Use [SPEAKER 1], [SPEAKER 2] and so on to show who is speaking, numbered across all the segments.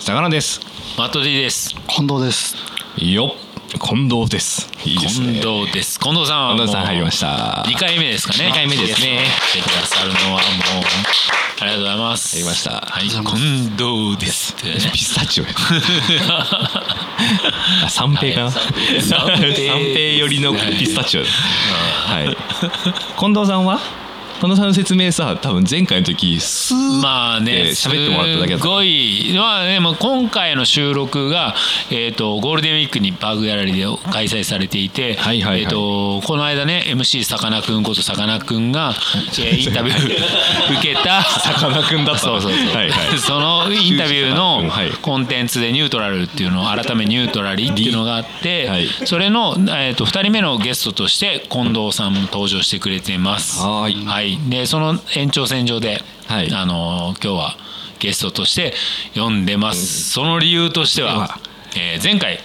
[SPEAKER 1] 中野です
[SPEAKER 2] マット D です。
[SPEAKER 3] 近藤です。
[SPEAKER 1] よっ近藤ですいいですね
[SPEAKER 2] 近藤です。近藤さんは
[SPEAKER 1] 近藤さん
[SPEAKER 2] もう
[SPEAKER 1] 入りました
[SPEAKER 2] 二回目ですかね。
[SPEAKER 1] 二回目ですね
[SPEAKER 2] 来てくださるのはもうありがとうございます。
[SPEAKER 1] やりました
[SPEAKER 2] はい、近藤ですってね。
[SPEAKER 1] ピスタ チオやあ三平かな
[SPEAKER 2] はい
[SPEAKER 1] 三平
[SPEAKER 2] 三平
[SPEAKER 1] 寄りのピスタチオはい近藤さんは近藤さんの説明さ多分前回の時スー
[SPEAKER 2] まあね、
[SPEAKER 1] で喋ってもらっただけだった
[SPEAKER 2] すごい、まあね、もう今回の収録が、えー、とゴールデンウィークにパークギャラリーで開催されていて、
[SPEAKER 1] はいはいはい
[SPEAKER 2] えー、とこの間ね MC さかなクンことさかなク ンが、えーインタビュー受けたさ
[SPEAKER 1] かなクンだった
[SPEAKER 2] そうそうそう、
[SPEAKER 1] はいはい
[SPEAKER 2] そのインタビューの
[SPEAKER 1] はい
[SPEAKER 2] コンテンツでニュートラルっていうのを改めニュートラリーっていうのがあって、
[SPEAKER 1] はい
[SPEAKER 2] それの、えー、と2人目のゲストとして近藤さんも登場してくれてます。
[SPEAKER 1] はーい
[SPEAKER 2] はい、でその延長線上で、
[SPEAKER 1] はい
[SPEAKER 2] あのー今日はゲストとして呼んでます、その理由として
[SPEAKER 1] で
[SPEAKER 2] は
[SPEAKER 1] は、
[SPEAKER 2] えー前回、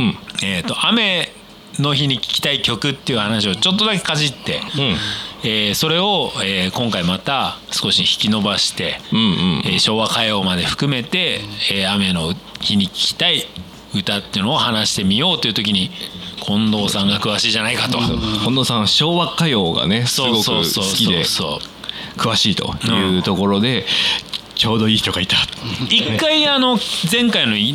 [SPEAKER 1] うん
[SPEAKER 2] えー、と雨の日に聴きたい曲っていう話をちょっとだけかじって、
[SPEAKER 1] うん
[SPEAKER 2] えーそれを、えー今回また少し引き伸ばして、
[SPEAKER 1] うんうん
[SPEAKER 2] えー昭和歌謡まで含めて、えー雨の日に聴きたい歌っていうのを話してみようという時に近藤さんが詳しいじゃないかと。
[SPEAKER 1] 近藤さんは昭和歌謡がねす
[SPEAKER 2] そ
[SPEAKER 1] ご
[SPEAKER 2] う
[SPEAKER 1] く
[SPEAKER 2] そ
[SPEAKER 1] 好
[SPEAKER 2] うそう
[SPEAKER 1] き
[SPEAKER 2] そ
[SPEAKER 1] で
[SPEAKER 2] うそう
[SPEAKER 1] 詳しいというところで、ちょうどいい人がいた
[SPEAKER 2] 一回あの前回のい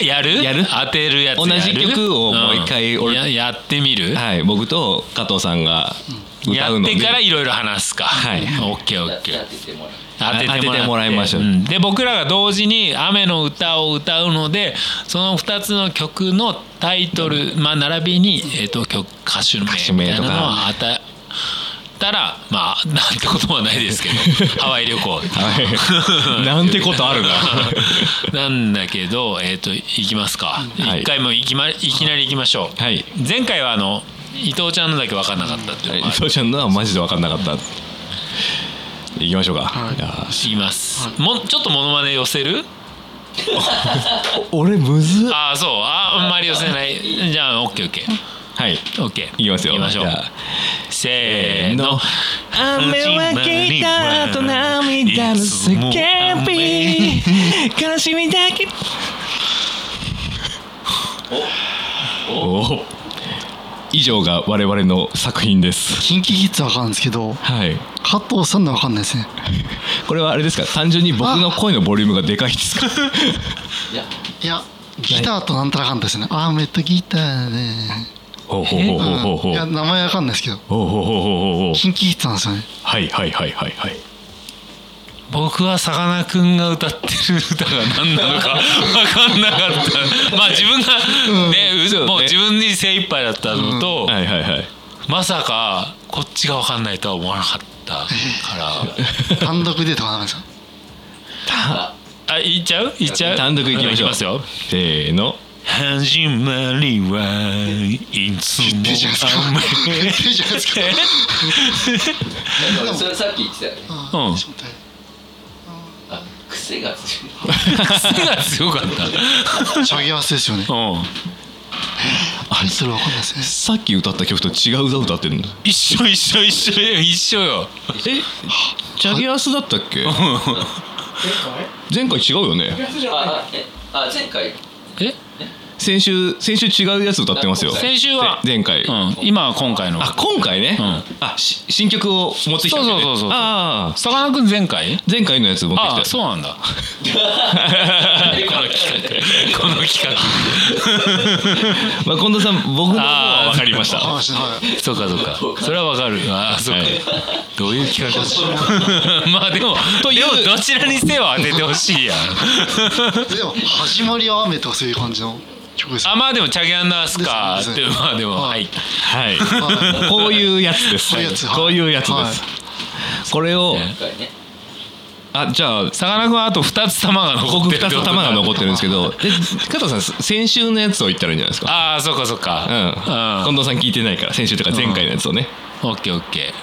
[SPEAKER 2] やる
[SPEAKER 1] やる
[SPEAKER 2] 当てるやつ
[SPEAKER 1] 同じ
[SPEAKER 2] やる
[SPEAKER 1] 曲をもう一回
[SPEAKER 2] ん
[SPEAKER 1] 俺
[SPEAKER 2] ややってみる、
[SPEAKER 1] はい僕と加藤さんが歌
[SPEAKER 2] や
[SPEAKER 1] う
[SPEAKER 2] っ
[SPEAKER 1] ので
[SPEAKER 2] てからいろいろ話すか
[SPEAKER 1] はい
[SPEAKER 2] オッケーオッケー当ててもらって
[SPEAKER 1] 当ててもらいましょうん
[SPEAKER 2] で僕らが同時に「雨の歌」を歌うのでその2つの曲のタイトル、まあ、並びに、えー、と曲歌手名
[SPEAKER 1] 手名
[SPEAKER 2] みたい
[SPEAKER 1] とか
[SPEAKER 2] なのは当たたらまあなんてことはないです けどハワイ旅行
[SPEAKER 1] はい なんてことあるな
[SPEAKER 2] なんだけど、えっ、と、行きますか。一、
[SPEAKER 1] はい
[SPEAKER 2] 回もいきま、いきなり行きましょう。
[SPEAKER 1] はい
[SPEAKER 2] 前回はあの、伊藤ちゃんのだけ分かんなかったっていうの
[SPEAKER 1] 伊
[SPEAKER 2] がある。
[SPEAKER 1] 藤ちゃんのはマジで分かんなかったいきましょうか、
[SPEAKER 3] はい
[SPEAKER 1] いやー
[SPEAKER 2] 言います。もん、ちょっとモノマネ寄せる。
[SPEAKER 1] 俺むずっ
[SPEAKER 2] ああ、そう、あー、あんまり寄せない。 じゃあ、オッケー、オッケー。
[SPEAKER 1] はい
[SPEAKER 2] オッケー。
[SPEAKER 1] いきますよ
[SPEAKER 2] 行きましょう
[SPEAKER 1] じ。ゃあ
[SPEAKER 2] せーの。
[SPEAKER 1] 雨は聞いた後涙の叫び悲しみだけおお以上が我々の作品です
[SPEAKER 3] キンキキッズわかるんですけど、
[SPEAKER 1] はい
[SPEAKER 3] 加藤さんのわかんないですね。
[SPEAKER 1] これはあれですか単純に僕の声のボリュームがでかいですか
[SPEAKER 3] いや、ギターとなんたらかんですね。あー、めっちゃギターね。
[SPEAKER 1] ほうほうほうほうほうほ
[SPEAKER 3] うん
[SPEAKER 1] う
[SPEAKER 3] いや、名前わかんないですけど、
[SPEAKER 1] ほうほうほうほうほう
[SPEAKER 3] キンキキッズなんです よね。
[SPEAKER 1] はいはいはいはいはい
[SPEAKER 2] 僕はさかなクンが歌ってる歌が何なのか分かんなかったまあ自分がね,う、
[SPEAKER 1] そうね
[SPEAKER 2] もう自分に精一杯だったのと、
[SPEAKER 1] はいはいはい
[SPEAKER 2] まさかこっちが分かんないとは思わなかったから
[SPEAKER 3] 単独でとかなんですよ。
[SPEAKER 2] あ言っちゃう言っちゃう
[SPEAKER 1] 単独いきましょう
[SPEAKER 2] ますよ
[SPEAKER 1] せーの
[SPEAKER 2] 始まりはいつも
[SPEAKER 3] 出るじゃないですか。出るじゃないですか。
[SPEAKER 4] なんかそれさっき言ってたよね
[SPEAKER 2] うん
[SPEAKER 3] ちょっと待
[SPEAKER 4] あ癖が強い
[SPEAKER 2] 癖が強かった
[SPEAKER 3] ってちょぎ合わせですよね。
[SPEAKER 2] うん
[SPEAKER 3] あれ、それわかんないですね。
[SPEAKER 1] さっき歌った曲と違う歌歌ってるの
[SPEAKER 2] 一緒一緒一緒よ一緒よ
[SPEAKER 1] えチャギアスだったっけ前回違うよね
[SPEAKER 4] ああえあ前回
[SPEAKER 2] え
[SPEAKER 1] 先週先週違うやつ歌ってますよ
[SPEAKER 2] 先週は
[SPEAKER 1] 前回、
[SPEAKER 2] うん今は今回の
[SPEAKER 1] あ今回ね、
[SPEAKER 2] うん
[SPEAKER 1] あし新曲を持ってきたんだよね
[SPEAKER 2] そうそうそうそう
[SPEAKER 1] ああ
[SPEAKER 2] さかなクン前回
[SPEAKER 1] 前回のやつ持ってきた
[SPEAKER 2] あ
[SPEAKER 1] よ
[SPEAKER 2] あそうな んだこの企画この企画
[SPEAKER 1] まあ、近藤さん僕の方
[SPEAKER 2] あ
[SPEAKER 1] は
[SPEAKER 2] ー
[SPEAKER 1] 分かりました
[SPEAKER 3] わかんないですね。はい。
[SPEAKER 2] そうかそうかそれはわかるああそうか、どういう企画だ まあでも
[SPEAKER 1] という
[SPEAKER 2] でもどちらにせよ当ててほしいやん
[SPEAKER 3] でも始まりは雨とかそういう感じの曲ですよ
[SPEAKER 2] あまあでもチャギアンダースカーって
[SPEAKER 3] ですね
[SPEAKER 2] まあでも
[SPEAKER 3] は
[SPEAKER 2] はいい
[SPEAKER 1] はい
[SPEAKER 3] はい
[SPEAKER 1] こういうやつです
[SPEAKER 3] こういうやつはい
[SPEAKER 1] こういうやつです、
[SPEAKER 3] はい
[SPEAKER 1] これを
[SPEAKER 4] 今回ね
[SPEAKER 1] あじゃあ
[SPEAKER 2] さかなクンはあと2つ玉が残っ
[SPEAKER 1] 僕
[SPEAKER 2] てる
[SPEAKER 1] 2つ玉が残ってるんですけ どで加藤さん先週のやつを言ったらいいんじゃないですか
[SPEAKER 2] ああそうかそうか
[SPEAKER 1] うん、近藤さん聞いてないから先週とか前回のやつをね、
[SPEAKER 2] オッケーオッケ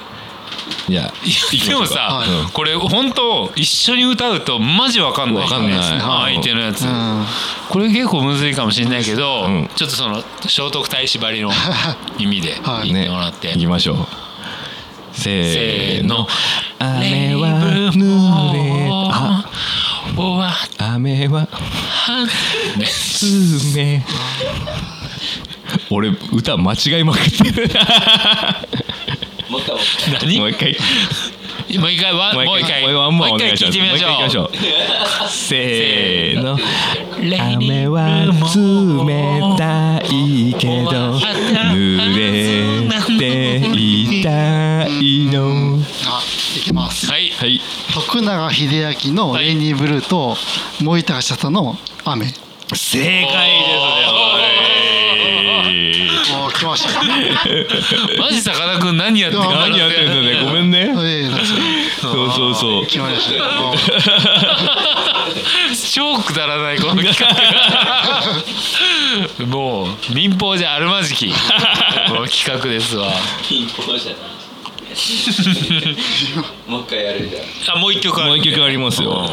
[SPEAKER 2] ー
[SPEAKER 1] いや
[SPEAKER 2] いやでもさ、
[SPEAKER 3] はい
[SPEAKER 2] これ本当一緒に歌うとマジわかんない
[SPEAKER 1] わかんない
[SPEAKER 2] 相手のやつ、
[SPEAKER 3] ん
[SPEAKER 2] これ結構むずいかもしれないけど、
[SPEAKER 1] うん
[SPEAKER 2] ちょっとその聖徳太子ば りの意味で
[SPEAKER 3] はい
[SPEAKER 2] 言ってもらって、
[SPEAKER 1] 行きましょうせ
[SPEAKER 2] せ
[SPEAKER 1] ー
[SPEAKER 2] ーの
[SPEAKER 1] の雨は濡れあ
[SPEAKER 2] ぼは
[SPEAKER 1] 雨は
[SPEAKER 2] はんね
[SPEAKER 1] すめ俺歌間違いまくって る
[SPEAKER 4] もう一回もう一回
[SPEAKER 1] もう一回
[SPEAKER 2] 何もう一回わもう一回
[SPEAKER 1] ワンマンお願いし
[SPEAKER 2] 聞
[SPEAKER 1] ます
[SPEAKER 2] いてみまし
[SPEAKER 1] もう一回行きまし
[SPEAKER 2] ょ
[SPEAKER 1] ょ
[SPEAKER 2] う
[SPEAKER 1] うせーの
[SPEAKER 2] レイ
[SPEAKER 1] 雨
[SPEAKER 2] ニー
[SPEAKER 1] は冷たいけど濡れていたいの
[SPEAKER 3] あいきます
[SPEAKER 2] はい
[SPEAKER 1] はい
[SPEAKER 3] 徳永英明の「レイニーブルー」と森高千里の「雨」
[SPEAKER 1] 正解ですね
[SPEAKER 3] おー来ましたね
[SPEAKER 2] マジさかなクン何やってんの
[SPEAKER 3] いや
[SPEAKER 1] 何やってんのねごめんね
[SPEAKER 3] ええなんですね
[SPEAKER 1] そうそうそう
[SPEAKER 3] 来ましたおー
[SPEAKER 2] 超くだらないこの企画 もう民放じゃあるまじきこの企画ですわ
[SPEAKER 4] ピンポンじゃないもう一回やるじゃん
[SPEAKER 2] あもう一曲ある
[SPEAKER 1] もう一曲ありますよ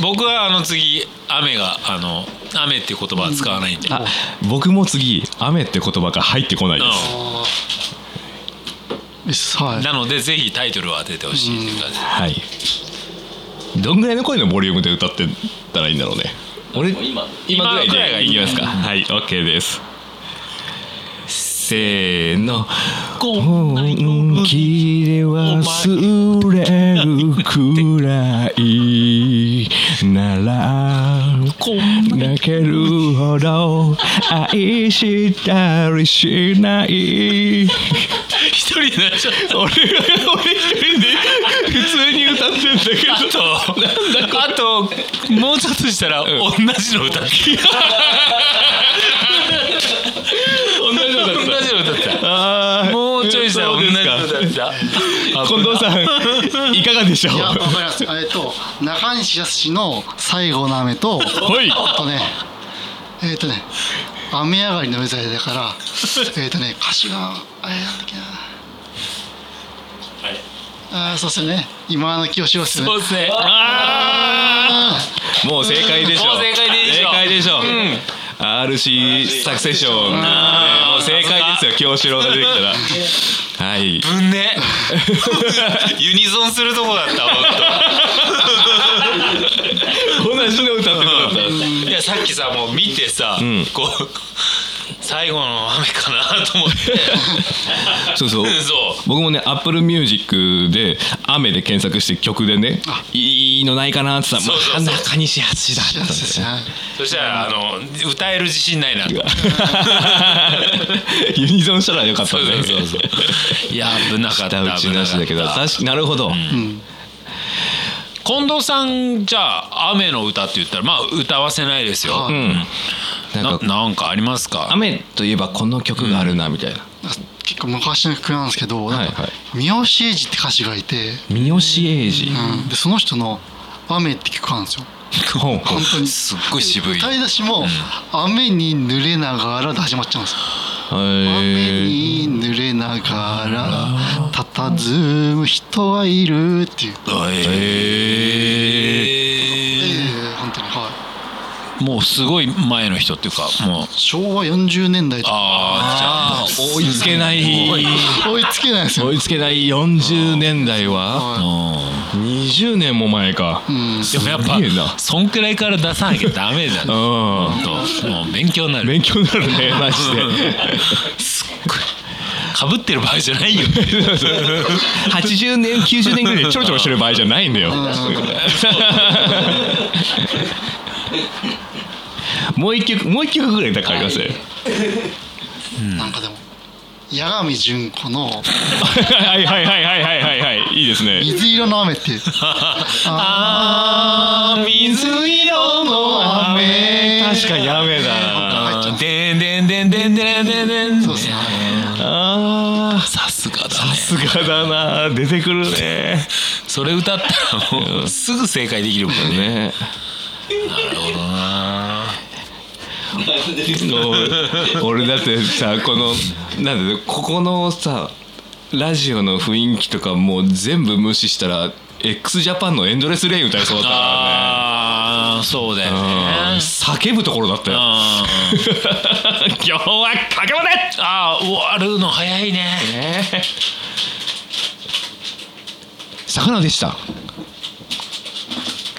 [SPEAKER 2] 僕はあの次雨があの雨っていう言葉は使わないんで、
[SPEAKER 1] あ僕も次雨って言葉が入ってこないです
[SPEAKER 3] ですは
[SPEAKER 2] う
[SPEAKER 3] い
[SPEAKER 2] んなのでぜひタイトルを当ててほしいっていう感じ
[SPEAKER 1] はいどんぐらいの声のボリュームで歌ってたらいいんだろうね俺
[SPEAKER 4] もう今
[SPEAKER 1] 今ぐらい
[SPEAKER 2] 今ぐらいが
[SPEAKER 1] で
[SPEAKER 2] いい
[SPEAKER 1] いきますかはい OK ですせーの「本気で忘れるくらいなら泣けるほど愛したりし ない」
[SPEAKER 2] 一人になっちゃった
[SPEAKER 1] 俺が俺一人で普通に歌ってんだけど
[SPEAKER 2] あともうちょっとしたら同じの歌って
[SPEAKER 1] 同じの
[SPEAKER 2] 同じ
[SPEAKER 1] だっ
[SPEAKER 2] の歌って
[SPEAKER 1] た
[SPEAKER 2] た
[SPEAKER 1] あー
[SPEAKER 2] もうちょいしたら
[SPEAKER 1] そ
[SPEAKER 2] 同
[SPEAKER 1] う
[SPEAKER 2] じ
[SPEAKER 1] です
[SPEAKER 2] の
[SPEAKER 1] か
[SPEAKER 2] 歌ってた
[SPEAKER 1] 近藤さ んいかがでしょう
[SPEAKER 3] いやわかりますえっと中西康の「最後の雨」と
[SPEAKER 1] はい
[SPEAKER 3] あとねえっとね「雨上がりの目覚め」だからえっとね歌詞があれなんだっけなあーそうですよね今の清志郎ですよ
[SPEAKER 2] そう
[SPEAKER 3] ね
[SPEAKER 2] ですね
[SPEAKER 1] あーもう正解でしょ
[SPEAKER 2] もう正解でいいでし
[SPEAKER 1] 正
[SPEAKER 2] ょ
[SPEAKER 1] 解でしょ RC サクセションねもう正解ですよ京志郎が出てきたらはい
[SPEAKER 2] 分ねユニゾンするとこだった本
[SPEAKER 1] 同じの歌ってたんだ
[SPEAKER 2] 当いやさっきさもう見てさ、
[SPEAKER 1] ん
[SPEAKER 2] こう最後の雨かなと思って
[SPEAKER 1] そうそう
[SPEAKER 2] そ
[SPEAKER 1] 僕もね Apple Music で雨で検索して曲でねいいのないかなって言ったら
[SPEAKER 2] そうそうそう
[SPEAKER 1] まあ中西敦だって言ったんですよ
[SPEAKER 3] はい
[SPEAKER 2] そしたらあの歌える自信ないなと
[SPEAKER 1] ユニゾンしたらよかった
[SPEAKER 2] そう
[SPEAKER 1] ね
[SPEAKER 2] そうそうそういや危なかっ
[SPEAKER 1] 下
[SPEAKER 2] た
[SPEAKER 1] 打ちなしだけど
[SPEAKER 2] 危なかった
[SPEAKER 1] 確かなるほど、
[SPEAKER 2] 近藤さんじゃあ雨の歌って言ったらまあ歌わせないですよ、
[SPEAKER 3] はい
[SPEAKER 1] なん
[SPEAKER 2] な
[SPEAKER 1] か
[SPEAKER 2] なんかありますか
[SPEAKER 1] 雨といえばこの曲があるなみたいな、
[SPEAKER 3] なんか結構昔の曲なんですけどなん
[SPEAKER 1] はいは
[SPEAKER 3] か
[SPEAKER 1] い
[SPEAKER 3] 三好英治って歌手がいて、
[SPEAKER 1] 三好英治
[SPEAKER 3] うん、でその人の「雨」って曲なんですよ
[SPEAKER 1] ほうほう
[SPEAKER 3] 本当に
[SPEAKER 2] すっごい渋い
[SPEAKER 3] 歌い出しも「雨に濡れながら」で始まっちゃうんですよ雨
[SPEAKER 1] へー
[SPEAKER 3] に濡れながら佇む人はいるっていう、
[SPEAKER 1] へー
[SPEAKER 3] え
[SPEAKER 2] え
[SPEAKER 3] え本当にはい
[SPEAKER 2] ーもうすごい前の人っていうかもう
[SPEAKER 3] 昭和40年代とか
[SPEAKER 2] あ
[SPEAKER 1] あ ー追いつけない
[SPEAKER 3] 追いつけないですよ
[SPEAKER 1] 追いつけない40年代は
[SPEAKER 2] あじゃあうん
[SPEAKER 1] 20年も前か
[SPEAKER 3] うん
[SPEAKER 2] でもやっぱ
[SPEAKER 1] すげえな
[SPEAKER 2] そんくらいから出さなきゃダメだ
[SPEAKER 1] うん
[SPEAKER 2] ねともう勉強になる
[SPEAKER 1] 勉強になるねマジで
[SPEAKER 2] かぶってる場合じゃないよ
[SPEAKER 1] 80年90年ぐらいでちょろちょろしてる場合じゃないんだよもう一曲もう一曲ぐらいだからあります、
[SPEAKER 3] なんかでも八神純子の
[SPEAKER 1] はいはいはいはいはいはいはいいいです
[SPEAKER 3] 「
[SPEAKER 1] ね
[SPEAKER 3] 水色の雨」って いう
[SPEAKER 2] あ水色の
[SPEAKER 3] 雨
[SPEAKER 1] 確かに雨だな
[SPEAKER 3] 入っちゃう
[SPEAKER 2] でんでんでんでんでんでんでん
[SPEAKER 3] そうですね
[SPEAKER 1] あー
[SPEAKER 2] さすがだね
[SPEAKER 1] さすがだな出てくるね
[SPEAKER 2] それ歌ったらもうすぐ正解できるもんね
[SPEAKER 1] ねそう 俺だってさこのなんだろうここのさラジオの雰囲気とかもう全部無視したら x ジャパンの「エンドレスレイン」歌いそうだったか
[SPEAKER 2] ああそうだよ
[SPEAKER 1] らねう ん
[SPEAKER 2] ね
[SPEAKER 1] 叫ぶところだったよ
[SPEAKER 2] あ
[SPEAKER 1] 今日はかけまね
[SPEAKER 2] あー終わるの早いね
[SPEAKER 1] ね魚でした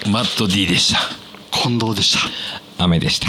[SPEAKER 5] マット D でした
[SPEAKER 2] 近藤でした
[SPEAKER 1] 雨でした